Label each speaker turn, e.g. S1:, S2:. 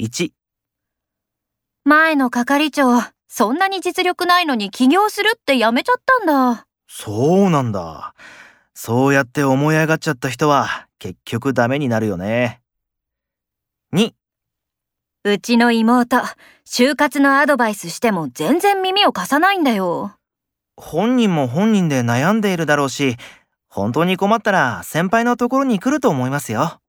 S1: 1、
S2: 前の係長、そんなに実力ないのに起業するってやめちゃったんだ。
S1: そうなんだ。そうやって思い上がっちゃった人は結局ダメになるよね。2、
S2: うちの妹、就活のアドバイスしても全然耳を貸さないんだよ。
S1: 本人も本人で悩んでいるだろうし、本当に困ったら先輩のところに来ると思いますよ。